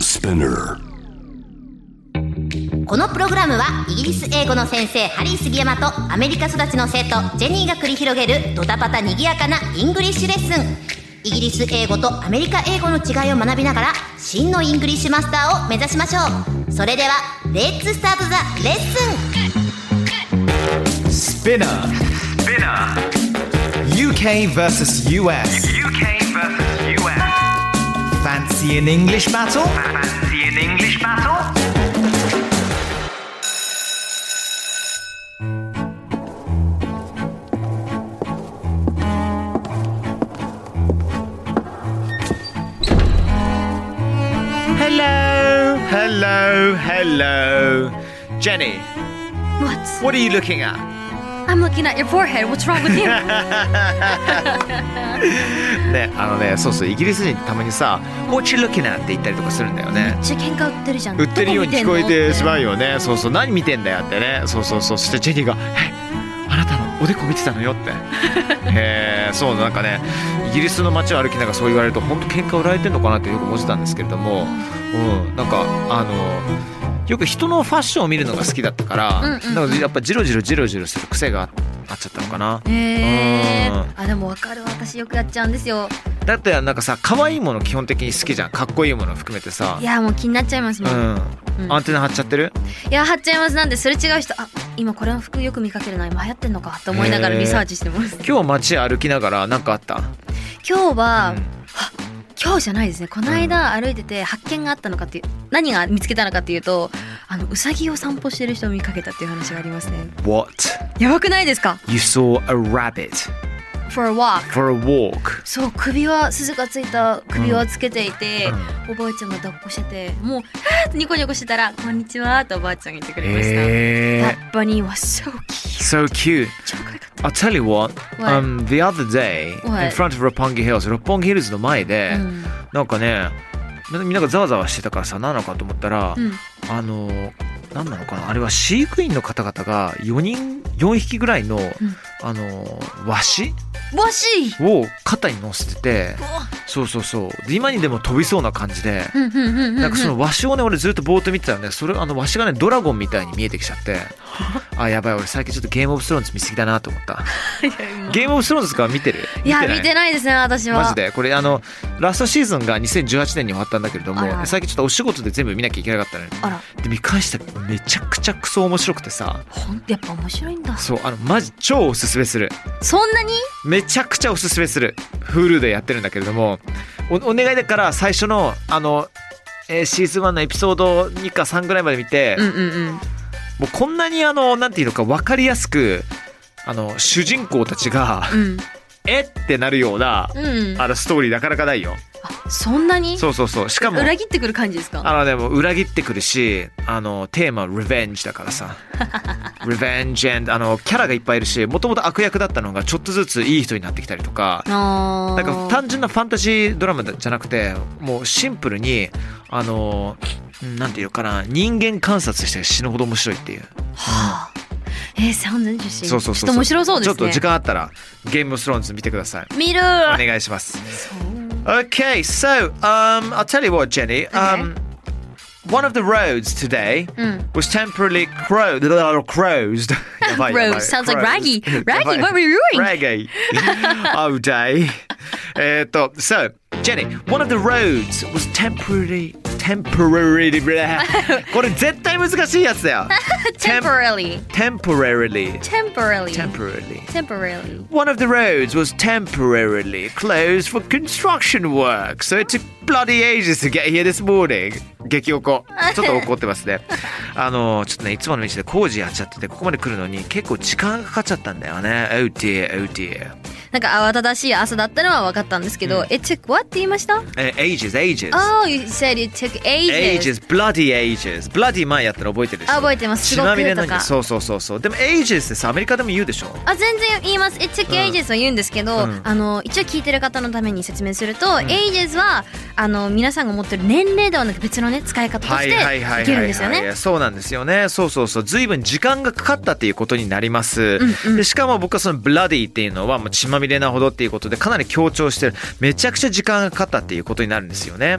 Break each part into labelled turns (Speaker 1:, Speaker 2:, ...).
Speaker 1: Spinner.
Speaker 2: このプログラムはイギリス英語の先生ハリー杉山とアメリカ育ちの生徒ジェニーが繰り広げるドタパタにぎやかなイングリッシュレッスンイギリス英語とアメリカ英語の違いを学びながら真のイングリッシュマスターを目指しましょうそれではレッツスタートザレッスン
Speaker 3: Spinner. Spinner. UK versus US.
Speaker 4: UK versus US.
Speaker 3: Fancy an English battle?
Speaker 4: Fancy an English battle?
Speaker 3: Hello, hello, hello. Jenny,
Speaker 5: What?
Speaker 3: what are you looking at?
Speaker 5: I'm looking at your forehead. What's wrong with you?
Speaker 3: ね、あのね、そうそう、イギリス人ってたまにさ、What you looking at? って言ったりとかするんだよね。
Speaker 5: ちょ喧嘩売ってるじゃん。
Speaker 3: 売ってるように聞こえてしま
Speaker 5: う。
Speaker 3: うよね。そうそう、何見てんだよってね。そうそうそう。そしてジェニーが、えあなたのおでこ見てたの よって。へえ、そう、なんかね、イギリスの街を歩きながらそう言われると、本当喧嘩売られてんのかなってよく思ってたんですけれども、うん、なんか、あの、よく人のファッションを見るのが好きだったから、
Speaker 5: うんうん
Speaker 3: なんかやっぱジロジロジロジロする癖がああっちゃったのかな。
Speaker 5: え
Speaker 3: うん
Speaker 5: ー、あでもわかる私よくやっちゃうんですよ
Speaker 3: だってなんかさ、可愛いもの基本的に好きじゃん。かっこいいもの含めてさ
Speaker 5: い。やもう気になっちゃいます
Speaker 3: う
Speaker 5: もん、い
Speaker 3: ん。
Speaker 5: うん
Speaker 3: アンテナ張っちゃってる
Speaker 5: や貼っちゃいますなんですれ違う人あ今これの服よく見かけるな今流行ってんのかと思いながらリサーチしてます、
Speaker 3: 今日街歩きながら何かあった
Speaker 5: 今日は、
Speaker 3: うん
Speaker 5: あ今日じゃないですねこの間歩いてて発見があったのかっていう何が見つけたのかっていうとあのウサギを散歩してる人を見かけたっていう話がありますね
Speaker 3: What?
Speaker 5: やばくないですか
Speaker 3: You saw a rabbit
Speaker 5: For a walk
Speaker 3: for a walk.
Speaker 5: そう首輪鈴がついた首輪をつけていて、おばあちゃんが抱っこしててもう「はーってニコニコしてたら「こんにちは」とおばあちゃんが言ってくれました。
Speaker 3: Eh,
Speaker 5: That bunny was so cute.
Speaker 3: so cute.
Speaker 5: 超可愛かっ
Speaker 3: I'll tell you what,
Speaker 5: What?
Speaker 3: Um, the other day, in
Speaker 5: What?
Speaker 3: front of Roppongi Hills, 六本木ヒルズの前で
Speaker 5: た。、ん。
Speaker 3: なんかね、みみんながざわざわしてたからさ、何なのかと思ったら、
Speaker 5: うん
Speaker 3: あの、何なのかな、あれは飼育員の方々が4人、4匹ぐらいの、あの、ワシ
Speaker 5: わし。
Speaker 3: を肩に乗せてて、そうそうそう。で今にでも飛びそうな感じで、
Speaker 5: うんうんうんうん。
Speaker 3: なんかそのワシをね俺ずっとぼーっと見てたらねそれあのワシがねドラゴンみたいに見えてきちゃ ってあやばい俺最近ちょっとゲームオブスローンズ見過ぎだなと思 ったゲームオブスローンズとか見てる
Speaker 5: いや見て
Speaker 3: ない
Speaker 5: ないですね私は。
Speaker 3: マジでこれあのラストシーズンが2018年に終わったんだけれど
Speaker 5: あら
Speaker 3: も最近ちょっとお仕事で全部見なきゃいけなかったのよ
Speaker 5: あら
Speaker 3: で見返したらめちゃくちゃクソ面白くてさ
Speaker 5: ほんとやっぱ面白いんだ。
Speaker 3: そうあのマジ超おすすめする
Speaker 5: そんなに？
Speaker 3: めちゃくちゃおすすめする Hulu でやってるんだけれどもおお願いだから最初のあの、えーシーズン1のエピソード2か3ぐらいまで見て、
Speaker 5: うんうんうん。
Speaker 3: もうこんなにあのなんていうのか分かりやすくあの主人公たちが
Speaker 5: うん
Speaker 3: えってなるような
Speaker 5: うん。
Speaker 3: あのストーリーなかなかないよ
Speaker 5: そんなに？
Speaker 3: そうそうそうしかも
Speaker 5: 裏切ってくる感じですか？
Speaker 3: あのでもう裏切ってくるしあのテーマ「revenge」だから さ「revenge」and あのキャラがいっぱいいるしもともと悪役だったのがちょっとずついい人になってきたりとか
Speaker 5: あ
Speaker 3: な
Speaker 5: ー
Speaker 3: んか単純なファンタジードラマじゃなくてもうシンプルにあのうんなんていうのかな人間観察して死ぬほど面白いっていう
Speaker 5: はあ。えー、サウンド出身。
Speaker 3: そうそうそうそう
Speaker 5: ちょっと面白そうですね。
Speaker 3: ちょっと時間あったらゲームオブスローンズ見てください
Speaker 5: 見る。
Speaker 3: お願いします Okay so um I'll tell you what Jenny um one of the roads today
Speaker 5: うん。
Speaker 3: was temporarily crowed, crowed.
Speaker 5: Rose sounds like Raggy. Raggy, what were you doing?
Speaker 3: Raggy. oh, day. Uh, thought- so, Jenny, one of the roads was temporarily. Temporarily. これ絶対難しいやつだよ。
Speaker 5: temporarily
Speaker 3: temporarily.
Speaker 5: temporarily
Speaker 3: Temporarily.
Speaker 5: temporarily
Speaker 3: One of the roads was temporarily closed for construction work, so it took bloody ages to get here this morning. 激おこ。ちょっと怒ってますね。あの、ちょっとね、いつもの道で工事やっちゃってて、ここまで来るのに結構時間がかかっちゃったんだよね。Oh dear, oh dear.
Speaker 5: なんか慌ただしい朝だったのは分かったんですけど、it took what って言いました
Speaker 3: え ages, ages.
Speaker 5: Oh you said it took ages,
Speaker 3: Ages, bloody ages. Bloody 前やったの覚えてるでしょ
Speaker 5: あ覚えてます
Speaker 3: ちなみに
Speaker 5: すごくとか
Speaker 3: 何そうそうそうそう。でも ages ってさ、アメリカでも言うでしょ
Speaker 5: あ全然言います It took
Speaker 3: うん
Speaker 5: ages は言うんですけど、
Speaker 3: うん
Speaker 5: あの一応聞いてる方のために説明すると、ages はあの皆さんが持ってる年齢ではなく別のね使い方としていけるんですよね
Speaker 3: そうなんですよねそうそうそう随分時間がかかったっていうことになります、
Speaker 5: うんうん
Speaker 3: でしかも僕はその「ブラディ」っていうのはもう血まみれなほどっていうことでかなり強調してるめちゃくちゃ時間がかかったっていうことになるんですよね。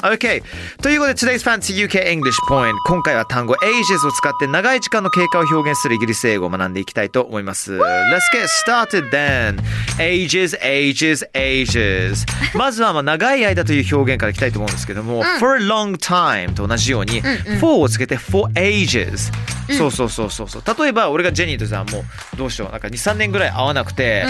Speaker 3: OK! ということで Today's Fancy UK English Point 今回は単語 ages を使って長い時間の経過を表現するイギリス英語を学んでいきたいと思います。Let's get started then! ages, ages, ages まずはまあ長い間という表現からいきたいと思うんですけども、for a long time と同じように、for をつけて for ages そうそうそうそうそう例えば俺がジェニーとさもうどうしようなんか23年ぐらい会わなくて、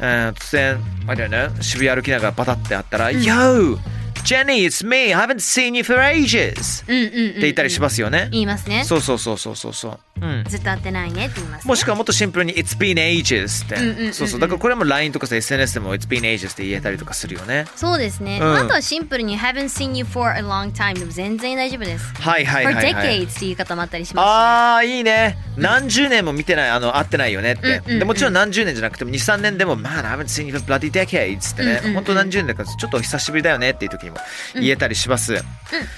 Speaker 3: うん、突然あれだよね渋谷歩きながらバタって会ったら「YO! Jenny, it's me! I haven't seen you for ages!」
Speaker 5: うんうんうん、
Speaker 3: って言ったりしますよね。
Speaker 5: 言いますね
Speaker 3: そうそうそうそうそうそう。うん
Speaker 5: ずっと会ってないねって言います、ね、
Speaker 3: もしくはもっとシンプルに「It's been ages」って、
Speaker 5: んうんうんうん
Speaker 3: そうそうだからこれも LINE とかさ SNS でも「It's been ages」って言えたりとかするよね
Speaker 5: そうですね、
Speaker 3: うん
Speaker 5: まああとはシンプルに haven't seen you for a long time でも全然大丈夫です
Speaker 3: はいはい
Speaker 5: for
Speaker 3: はい、はい、
Speaker 5: decades っていう言い方もあったりしま
Speaker 3: あーいいね何十年も見てないあの会ってないよねって、
Speaker 5: うんうんうん
Speaker 3: でもちろん何十年じゃなくても23年でも「まあ I haven't seen you for bloody decades」ってね、
Speaker 5: うんうんうん
Speaker 3: ほんと何十年だからちょっと久しぶりだよねっていう時にも言えたりします、
Speaker 5: す、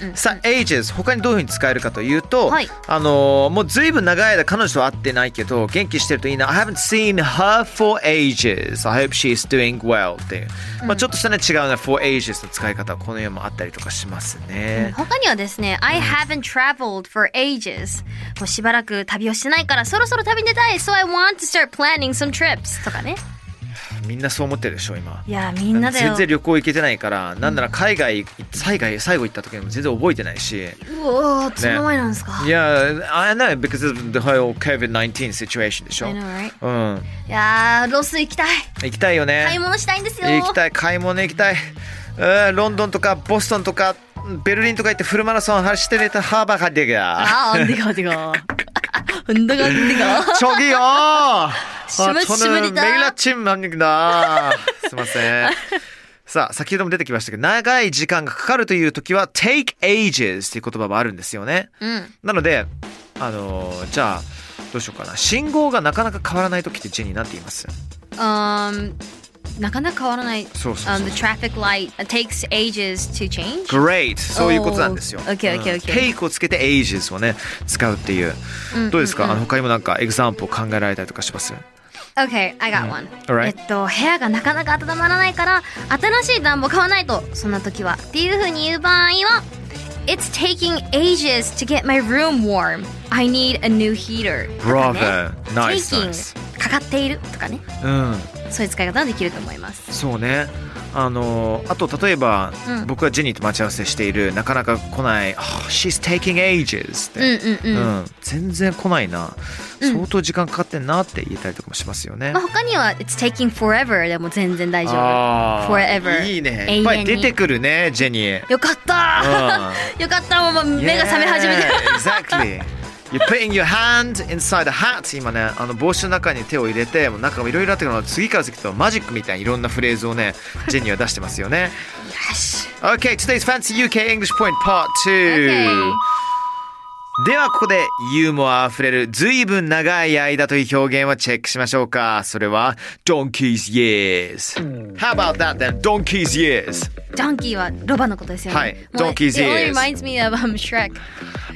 Speaker 5: うんうん、
Speaker 3: さあ ages 他にどういうふうに使えるかというと、
Speaker 5: はい
Speaker 3: あのーもうずいぶん長い間彼女と会ってないけど元気してるといいな I haven't seen her for ages I hope she's doing well っていう、まあ、ちょっとしたね違うな for ages の使い方はこの世もあったりとかしますね、
Speaker 5: 他にはですね、I haven't traveled for ages もうしばらく旅をしてないからそろそろ旅に出たい so I want to start planning some trips とかね
Speaker 3: みんなそう思ってるでしょ今
Speaker 5: いやみんなだ
Speaker 3: 全
Speaker 5: よ
Speaker 3: 然旅行行けてないからなんなら海外最後最後行った時も全然覚えてないし
Speaker 5: うおーその前なんですか、
Speaker 3: いや、I know because of the whole COVID-19 situation でしょ
Speaker 5: I know, right?
Speaker 3: うん
Speaker 5: いやーロス行きたい
Speaker 3: 行きたいよね
Speaker 5: 買い物したいんですよ
Speaker 3: 行きたい買い物行きたいうんロンドンとかボストンとかベルリンとか行ってフルマラソン走ってれたハーバーカディガ
Speaker 5: あーんでかん でかんでかんでか
Speaker 3: 저기요
Speaker 5: 심을 심을이다.
Speaker 3: 매일아침합니다. すいません。さあ、先ほども出てきましたけど、長い時間がかかるという時は、take ages っていう言葉もあるんですよね。
Speaker 5: うん
Speaker 3: なので、あのーじゃあ、どうしようかな。信号がなかなか変わらない時ってジェニーなんて言います
Speaker 5: あーなかなか変わらない
Speaker 3: そうそうそう
Speaker 5: Um, the traffic light uh, takes ages to change.
Speaker 3: Great! そういうことなんですよ。
Speaker 5: Oh, okay, okay, okay.
Speaker 3: うん take をつけて ages をね、使うっていう。どうですか、あの他にもなんか、エグザンプを考えられたりとかします
Speaker 5: Okay, I got one.
Speaker 3: Alright.
Speaker 5: えっと、部屋がなかなか温まらないから、新しい暖房買わないと、そんな時は。っていう風に言う場合は、It's taking ages to get my room warm. I need a new heater. とかね
Speaker 3: Bravo. Nice,
Speaker 5: taking
Speaker 3: nice.
Speaker 5: かかっているとかね。
Speaker 3: うん。
Speaker 5: そういう使い方ができると思います。
Speaker 3: そうねあのあと例えば、
Speaker 5: うん
Speaker 3: 僕がジェニーと待ち合わせしているなかなか来ない「Oh, She's taking ages」っ
Speaker 5: うんう
Speaker 3: て、
Speaker 5: んうん。
Speaker 3: うん全然来ないな、
Speaker 5: うん
Speaker 3: 相当時間かかってんなって言えたりとかもしますよね
Speaker 5: まあ、。他には、It's taking forever でも全然大丈夫。
Speaker 3: あー
Speaker 5: Forever
Speaker 3: いいね
Speaker 5: 永遠に
Speaker 3: いっぱい出てくるねジェニー。
Speaker 5: よかった、 よかったもう
Speaker 3: うん
Speaker 5: 目が覚め始めて
Speaker 3: Yeah, exactly. You're putting your hand inside a hat 今ねあの帽子の中に手を入れてもう中もいろいろあったけど次から次とマジックみたいないろんなフレーズをねジェニーは出してますよね。
Speaker 5: よし
Speaker 3: Okay, today's fancy UK English point part 2.
Speaker 5: Okay.
Speaker 3: ではここでユーモアあふれるずいぶん長い間という表現をチェックしましょうか。それは Donkey's Years. How about that then? Donkey's Years.
Speaker 5: ジャンキーはロバのことですよね。
Speaker 3: はい
Speaker 5: もう
Speaker 3: Donkey's
Speaker 5: It only
Speaker 3: ears
Speaker 5: reminds me of um, Shrek.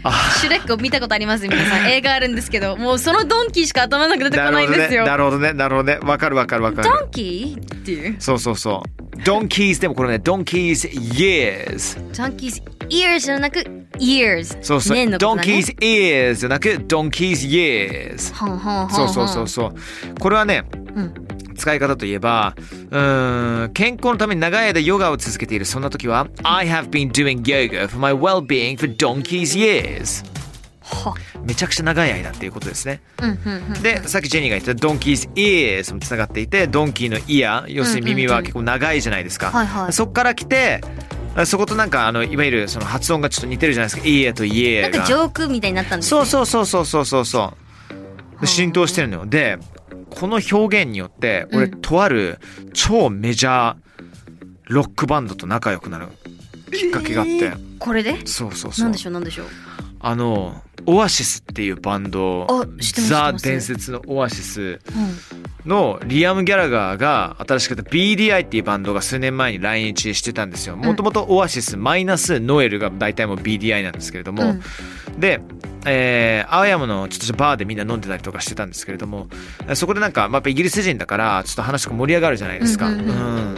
Speaker 3: あ
Speaker 5: シュレックを見たことあります皆 さん。映画あるんですけど、もうそのドンキーしか頭の中出て こ
Speaker 3: な
Speaker 5: ない
Speaker 3: るほ
Speaker 5: ん
Speaker 3: ど
Speaker 5: です
Speaker 3: ね。
Speaker 5: よ。
Speaker 3: なるほどね。なるほどね。わかるわかるわかる。
Speaker 5: ドンキーっていう。
Speaker 3: そうそうそう。Donkey's でもこれね、Donkey's Years。
Speaker 5: ジャンキー 's ears じゃなく ears。
Speaker 3: そうそう。
Speaker 5: 年のことだね
Speaker 3: Donkey's Ears じゃなく Donkey's Years。
Speaker 5: ほんほんほんほ
Speaker 3: そ
Speaker 5: ん
Speaker 3: うそうそうそう。これはね、
Speaker 5: うん
Speaker 3: 使い方といえば、うーん、健康のために長い間ヨガを続けているそんな時は、I have been doing yoga for my well-being for donkey's years。
Speaker 5: は
Speaker 3: めちゃくちゃ長い間っていうことですね。
Speaker 5: うんうんうん。
Speaker 3: で、さっきジェニーが言ったドンキーズ ears もつながっていて、ドンキーのイヤー、要するに耳は結構長いじゃないですか。
Speaker 5: はいはい
Speaker 3: そっから来て、あそことなんかあのいわゆるその発音がちょっと似てるじゃないですか。イヤーとイヤ
Speaker 5: な
Speaker 3: ー
Speaker 5: ん
Speaker 3: が。
Speaker 5: かジョークみたいになったんです
Speaker 3: そう
Speaker 5: よ。
Speaker 3: そうそうそうそうそうそうで浸透してるのよでこの表現によって俺、
Speaker 5: うん
Speaker 3: とある超メジャーロックバンドと仲良くなるきっかけがあって、
Speaker 5: これで
Speaker 3: そうそうそう
Speaker 5: なんでしょうなんでしょう。
Speaker 3: あのオアシスっていうバンド
Speaker 5: あ知ってます知って
Speaker 3: ザ
Speaker 5: ます
Speaker 3: 伝説のオアシス
Speaker 5: う
Speaker 3: のリアム・ギャラガーが新しく出た BDI っていうバンドが数年前に来日してたんですよもともとオアシスマイナスノエルが大体もう BDI なんですけれども、で、えー、アヤムのちょっとバーでみんな飲んでたりとかしてたんですけれどもそこでなんか、まあ、やっぱイギリス人だからちょっと話が盛り上がるじゃないですか。
Speaker 5: うんうんう
Speaker 3: うん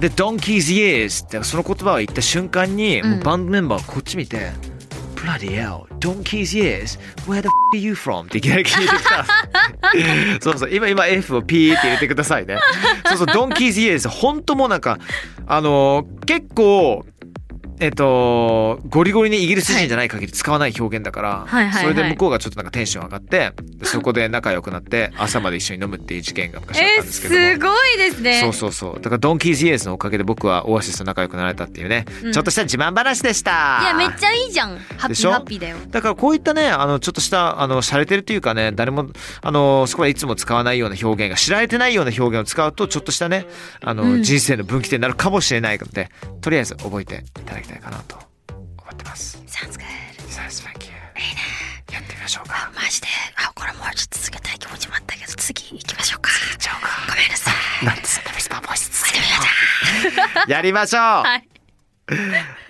Speaker 3: で「ドンキーズ・イエース」ってその言葉を言った瞬間に、もうバンドメンバーこっち見て「Bloody hell, Donkey's ears, where the f are you from?」っていきなり聞いてきたんですそうそう、今、今 F をピーって入れてくだ さいね。そうそう、ドンキーズイエース、ほんともうなんか、あのー結構、えっと、ゴリゴリにイギリス人じゃない限り使わない表現だから、
Speaker 5: はいはいはい
Speaker 3: それで向こうがちょっとなんかテンション上がって、でそこで仲良くなって、朝まで一緒に飲むっていう事件が昔あっ
Speaker 5: え
Speaker 3: たんですけども。
Speaker 5: すごいですね
Speaker 3: そうそうそう。だからドンキーズイエースのおかげで僕はオアシスと仲良くなれたっていうね、ちょっとした自慢話でした。
Speaker 5: いやめっちゃいいじゃんハッピ
Speaker 3: でし
Speaker 5: ー
Speaker 3: ょ
Speaker 5: ハッピーだよ
Speaker 3: だからこういったね、あの、ちょっとした、あの、洒落てるというかね、誰も、あの、そこまでいつも使わないような表現が、知られてないような表現を使うと、ちょっとしたね、あの、人生の分岐点になるかもしれないので、とりあえず覚えていただきたいかなと思ってます。
Speaker 5: Sounds good
Speaker 3: さあ、スパンキュー。やってみましょうか。
Speaker 5: マジであこれもうちょっと続けたい気持ちもあったけど次行きましょうか行きましょうかごめんなさい
Speaker 3: なんでそんなミスターボイス続けるのやりましょう、
Speaker 5: はい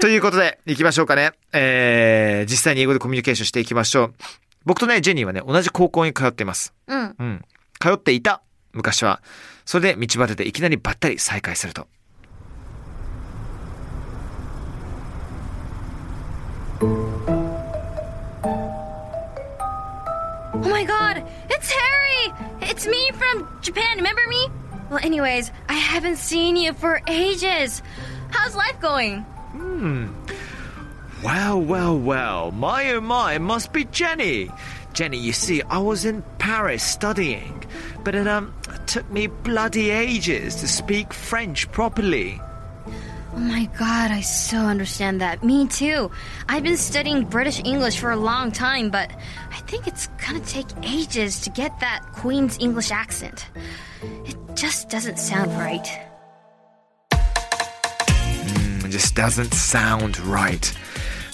Speaker 3: ということで、行きましょうかね。えー、実際に英語でコミュニケーションしていきましょう。僕とね、ジェニーはね、同じ高校に通っています。
Speaker 5: うん
Speaker 3: うん。通っていた、昔は。それで道端でいきなりばったり再会すると。
Speaker 5: Oh my god, it's Harry! It's me from Japan, remember me? Well, anyways, I haven't seen you for ages. How's life going?
Speaker 3: Well, well, well. My oh my, it must be Jenny. Jenny, you see, I was in Paris studying, but it um took me bloody ages to speak French properly.
Speaker 5: Oh my god, I so understand that. Me too. I've been studying British English for a long time, but I think it's gonna take ages to get that Queen's English accent. It just doesn't sound right.
Speaker 3: It just doesn't sound right.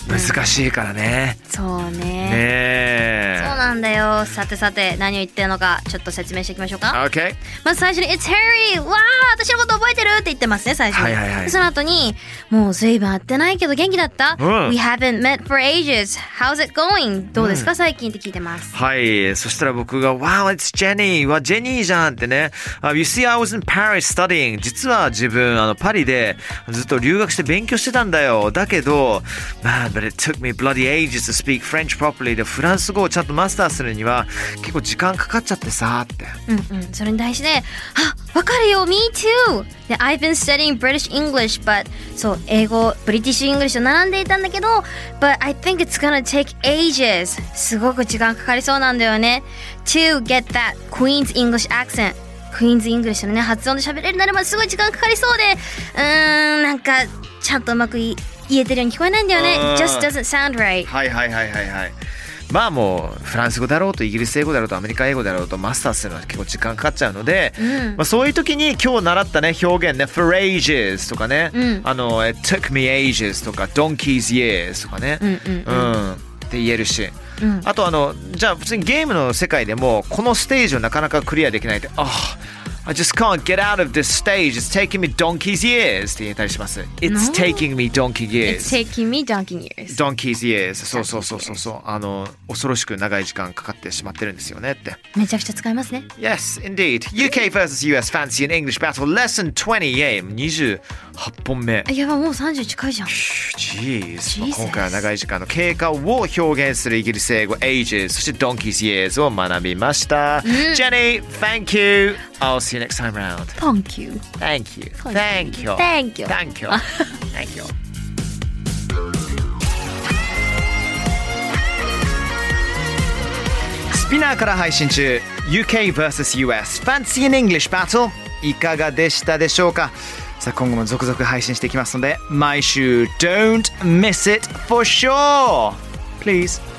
Speaker 3: 難しいからね。
Speaker 5: そうね。
Speaker 3: ね
Speaker 5: そう
Speaker 3: え。
Speaker 5: なんだよ。さてさて、何を言ってるのか、ちょっと説明していきましょうか。
Speaker 3: Okay.
Speaker 5: まず最初に「It's Harry! わー私のこと覚えてる!」って言ってますね最初に、
Speaker 3: はいはいはい
Speaker 5: でその後に「もうずいぶん会ってないけど元気だった、
Speaker 3: うん
Speaker 5: We haven't met for ages How's it going? どうですか、最近?」って聞いてます
Speaker 3: はい。そしたら僕が、Wow, it's Jenny! わ、ジェニーじゃんってね。あ you see, I was in Paris studying. 実は自分、あの、パリでずっと留学して勉強してたんだよ。だけど、Man, but it took me bloody ages to speak French properly. で、フランス語をちゃんとマスターするには結構時間かかっちゃってさ、って。
Speaker 5: うんうんそれに対して「あわかるよ Me too!」で「I've been studying British English but そう英語 British English と並んでいたんだけど But I think it's gonna take ages すごく時間かかりそうなんだよね To get that Queen's English accent クイーンズ・イングリッシュのね発音で喋れるようになるまですごい時間かかりそうでうーんなんかちゃんとうまくい言えてるように聞こえないんだよね
Speaker 3: うん
Speaker 5: It just doesn't sound right
Speaker 3: はいはいはいはいはい。まあもうフランス語だろうとイギリス英語だろうとアメリカ英語だろうとマスターするのは結構時間かかっちゃうので、
Speaker 5: うん
Speaker 3: まあ、そういう時に今日習ったね表現ね「phrases」とかね、
Speaker 5: うん
Speaker 3: あの「It took me ages」とか「donkey's years」とかね、
Speaker 5: うんうんうん
Speaker 3: うんって言えるし。
Speaker 5: うん
Speaker 3: あとあのじゃあ普通にゲームの世界でもこのステージをなかなかクリアできないって「あ、I just can't get out of this stage it's taking me donkey's years」って言えたりします「It's taking me donkey years」
Speaker 5: It's taking me donkey years
Speaker 3: ドンキーズイエースそうそうそうそうそうあの恐ろしく長い時間かかってしまってるんですよねって
Speaker 5: めちゃくちゃ使いますね
Speaker 3: Yes indeed UK vs US Fancy and English Battle Lesson 20 28本目
Speaker 5: あやばもう30近いじゃん
Speaker 3: Jeez、まあ
Speaker 5: Jesus
Speaker 3: 今回は長い時間の経過を表現するイギリス英語 Ages そしてドンキーズイエースを学びました、Jenny thank you I'll see you next time round
Speaker 5: Thank you
Speaker 3: Thank you Thank you
Speaker 5: Thank you.
Speaker 3: Thank you Thank you スピナーから配信中 UK vs.US Fancy in English Battle いかがでしたでしょうかさあ今後も続々配信していきますので毎週 Don't miss it for sure Please